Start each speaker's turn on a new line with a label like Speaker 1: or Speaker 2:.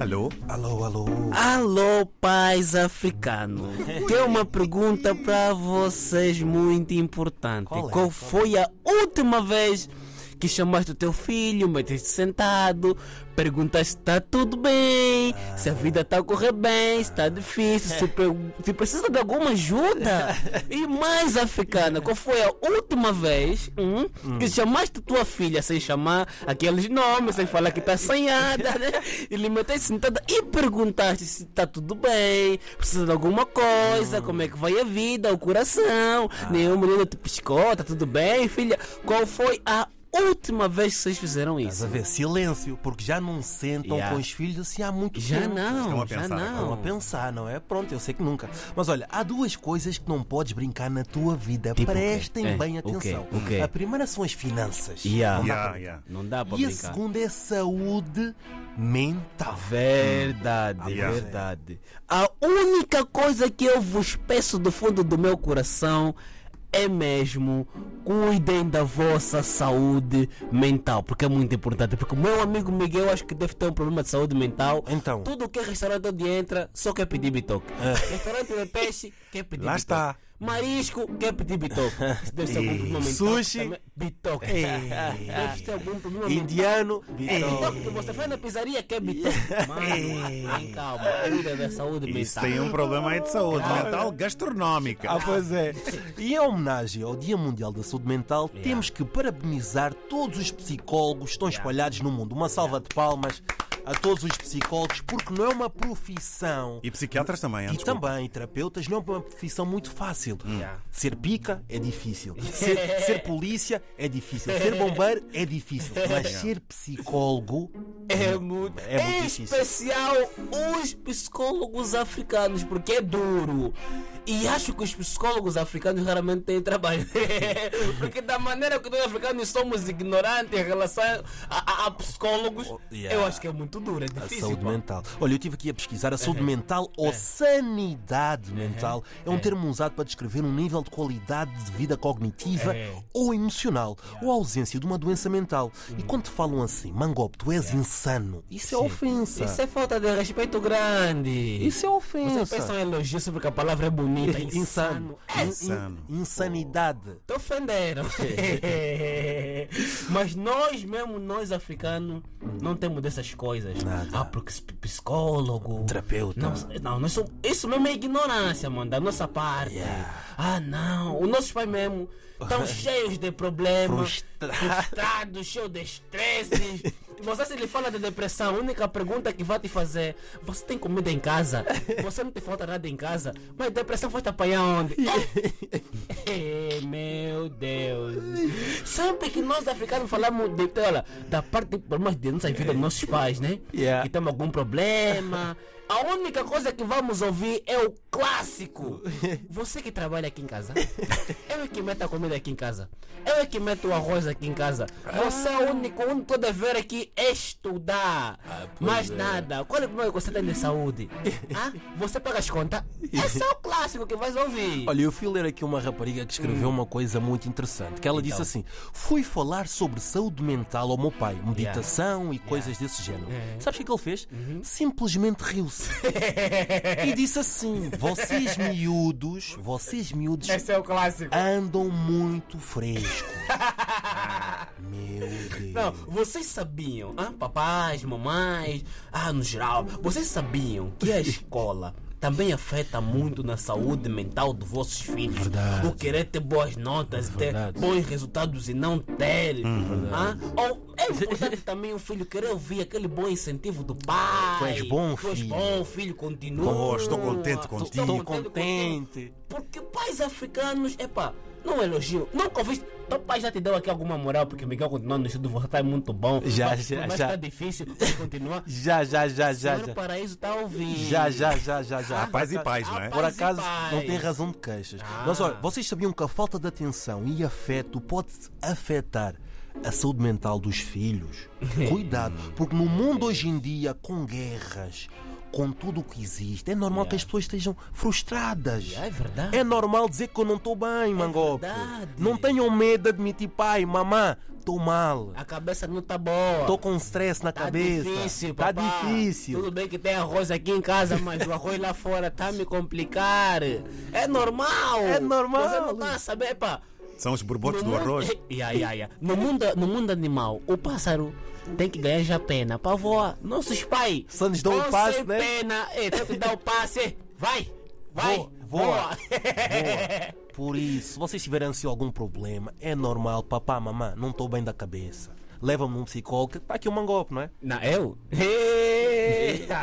Speaker 1: Alô?
Speaker 2: Alô, alô.
Speaker 3: Alô, pais africanos. Tenho uma pergunta para vocês muito importante.
Speaker 2: Qual
Speaker 3: Qual,
Speaker 2: é? Qual é?
Speaker 3: foi a última vez que chamaste o teu filho, meteste sentado, perguntaste se está tudo bem, se a vida está a correr bem, se está difícil, se, pre- se precisa de alguma ajuda. E mais africana, qual foi a última vez hum, que chamaste tua filha sem chamar aqueles nomes, sem falar que está assanhada, né? E lhe meteste sentada e perguntaste se está tudo bem, precisa de alguma coisa, como é que vai a vida, o coração,
Speaker 1: Ah.
Speaker 3: nenhum menino te piscou, está tudo bem, filha? Qual foi a última vez que vocês fizeram
Speaker 2: Estás a
Speaker 3: isso?
Speaker 2: ver? Silêncio, porque já não sentam
Speaker 3: Yeah.
Speaker 2: com os filhos assim há muito
Speaker 3: Já
Speaker 2: tempo.
Speaker 1: Estão a
Speaker 3: não, já
Speaker 1: pensar,
Speaker 2: Estão a
Speaker 3: não.
Speaker 2: pensar, não é? Pronto, eu sei que nunca. Mas olha, há duas coisas que não podes brincar na tua vida.
Speaker 3: Tipo o quê?
Speaker 2: Prestem
Speaker 3: É,
Speaker 2: bem
Speaker 3: o quê?
Speaker 2: atenção.
Speaker 3: O quê?
Speaker 2: A primeira são as finanças.
Speaker 3: Yeah.
Speaker 2: Não dá
Speaker 1: Yeah,
Speaker 2: pra brincar.
Speaker 1: yeah.
Speaker 3: Não dá para
Speaker 2: E a
Speaker 3: brincar.
Speaker 2: segunda é a saúde mental. Hum,
Speaker 3: Verdade,
Speaker 1: Yeah.
Speaker 3: verdade. A única coisa que eu vos peço do fundo do meu coração é mesmo cuidem da vossa saúde mental, porque é muito importante. Porque o meu amigo Miguel acho que deve ter um problema de saúde mental.
Speaker 2: Então. É.
Speaker 3: tudo que é restaurante onde entra só quer pedir bitoque. Restaurante de peixe quer pedir
Speaker 2: Lá
Speaker 3: bitoque.
Speaker 2: está.
Speaker 3: Marisco quer pedir bitoque. Isso Deve ser algum problema mental.
Speaker 2: Sushi.
Speaker 3: também. Bitoque. Deve ser algum problema mental.
Speaker 2: Indiano,
Speaker 3: Então,
Speaker 2: Vitor.
Speaker 3: que você faz na pizzaria que é bitão. Mano, tem calma, cuida da saúde
Speaker 1: Isso
Speaker 3: mental.
Speaker 1: tem um problema aí de saúde mental gastronómica.
Speaker 2: Ah, pois é. E em homenagem ao Dia Mundial da Saúde Mental, temos que parabenizar todos os psicólogos que estão espalhados no mundo. Uma salva de palmas a todos os psicólogos, porque não é uma profissão.
Speaker 1: E psiquiatras também,
Speaker 2: E
Speaker 1: antes.
Speaker 2: também, terapeutas, não é uma profissão muito fácil.
Speaker 3: Yeah.
Speaker 2: Ser pica é difícil. Ser, ser polícia é difícil. Ser bombeiro é difícil. Mas ser psicólogo
Speaker 3: É muito,
Speaker 2: É muito
Speaker 3: em
Speaker 2: difícil.
Speaker 3: especial os psicólogos africanos, porque é duro. E acho que os psicólogos africanos raramente têm trabalho. porque da maneira que nós africanos somos ignorantes em relação a, a- a psicólogos,
Speaker 2: Oh, yeah.
Speaker 3: eu acho que é muito duro, é
Speaker 2: A
Speaker 3: difícil.
Speaker 2: saúde
Speaker 3: pá.
Speaker 2: mental. Olha, eu estive aqui a pesquisar. A saúde mental ou sanidade mental é um termo usado para descrever um nível de qualidade de vida cognitiva
Speaker 3: É.
Speaker 2: ou emocional ou a ausência de uma doença mental. E quando te falam assim, Mangope, tu és insano, isso é ofensa.
Speaker 3: Isso é falta de respeito grande.
Speaker 2: Isso é
Speaker 3: Vocês
Speaker 2: ofensa.
Speaker 3: pensam em elogio sobre que a palavra é bonita.
Speaker 2: Insano.
Speaker 3: É
Speaker 1: Insano.
Speaker 2: In- in- Insanidade.
Speaker 3: Te ofenderam. Mas nós mesmo, nós africanos, não temos dessas coisas.
Speaker 2: Nada.
Speaker 3: Ah, porque ps- psicólogo.
Speaker 2: Terapeuta.
Speaker 3: Não, não nós somos, isso mesmo é ignorância, mano, da nossa parte. Ah, não. Os nossos pais mesmo estão cheios de problemas,
Speaker 2: Frustra-
Speaker 3: frustrados, cheios de estresses. Você se ele fala de depressão, a única pergunta que vai te fazer, você tem comida em casa? Você não te falta nada em casa? Mas depressão foi te apanhar onde? Ei, Meu Deus! Sempre que nós africanos falamos de, olha, da parte de problemas de nossa vida dos nossos pais, né?
Speaker 2: Yeah.
Speaker 3: Que temos algum problema. A única coisa que vamos ouvir é o clássico. Você que trabalha aqui em casa. Eu é que meto a comida aqui em casa. Eu é que meto o arroz aqui em casa. Você é o único, o único dever aqui é estudar. Mais nada. Qual é o problema que você tem de saúde? Ah, você paga as contas? É só o clássico que vais ouvir.
Speaker 2: Olha, eu fui ler aqui uma rapariga que escreveu uma coisa muito interessante, que ela disse assim: fui falar sobre saúde mental ao meu pai, meditação e coisas desse género. Sabes o que é que ele fez? Simplesmente riu-se. e disse assim: vocês miúdos, vocês miúdos
Speaker 3: Esse é o clássico.
Speaker 2: andam muito frescos. Meu Deus.
Speaker 3: Não, vocês sabiam, ah, papais, mamães, ah, no geral, vocês sabiam que a escola também afeta muito na saúde mental dos vossos filhos.
Speaker 2: Verdade.
Speaker 3: O querer ter boas notas,
Speaker 2: Verdade.
Speaker 3: ter
Speaker 2: Hum,
Speaker 3: bons resultados e não ter. ah, ou é importante também o filho querer ouvir aquele bom incentivo do pai.
Speaker 2: Tu és bom,
Speaker 3: Tu és
Speaker 2: filho.
Speaker 3: bom, filho, continua.
Speaker 1: Oh, estou contente
Speaker 3: Estou
Speaker 1: contigo.
Speaker 2: Estou
Speaker 3: contente contigo.
Speaker 2: contente.
Speaker 3: Porque pais africanos, epá, não elogio, nunca ouviste. Teu pai já te deu aqui alguma moral, porque Miguel continua no estudo, você tá muito bom.
Speaker 2: Já,
Speaker 3: mas,
Speaker 2: já,
Speaker 3: mas
Speaker 2: já.
Speaker 3: tá difícil, você continua.
Speaker 2: Já, já, já, já,
Speaker 3: Senhor
Speaker 2: já.
Speaker 3: Paraíso tá ouvindo.
Speaker 2: Já, já, já, já, já.
Speaker 1: Paz e paz, não é?
Speaker 3: Ah,
Speaker 2: Por
Speaker 3: Pais e
Speaker 2: acaso,
Speaker 3: pais. Ah.
Speaker 2: não tem razão de queixas. Mas olha, vocês sabiam que a falta de atenção e afeto pode afetar a saúde mental dos filhos? Cuidado, porque no mundo hoje em dia, com guerras, com tudo o que existe, é normal que as pessoas estejam frustradas.
Speaker 3: É verdade.
Speaker 2: É normal dizer que eu não estou bem, Mangope.
Speaker 3: verdade.
Speaker 2: Não tenham medo de admitir, pai, mamã, estou mal.
Speaker 3: A cabeça não tá boa.
Speaker 2: Estou com stress na
Speaker 3: Tá
Speaker 2: cabeça.
Speaker 3: difícil,
Speaker 2: tá
Speaker 3: papá.
Speaker 2: difícil.
Speaker 3: Tudo bem que tem arroz aqui em casa, mas o arroz lá fora tá me complicar. É normal.
Speaker 2: É normal.
Speaker 3: Você não tá a saber, pá.
Speaker 1: São os borbotes do
Speaker 3: mundo- é,
Speaker 1: arroz.
Speaker 3: Ya, ya, ya. No, mundo, no mundo animal, o pássaro tem que ganhar já pena para voar. Nossos pais.
Speaker 2: Só nos dão o
Speaker 3: não
Speaker 2: passe,
Speaker 3: sem
Speaker 2: né?
Speaker 3: pena. É, tem que dar o passe. Vai, vai.
Speaker 2: Voa, voa. Boa. Por isso, se vocês tiverem assim, algum problema, é normal, papá, mamã, não estou bem da cabeça. um Leva-me num psicólogo, tá aqui o mangope, não é?
Speaker 3: Na eu? Eita.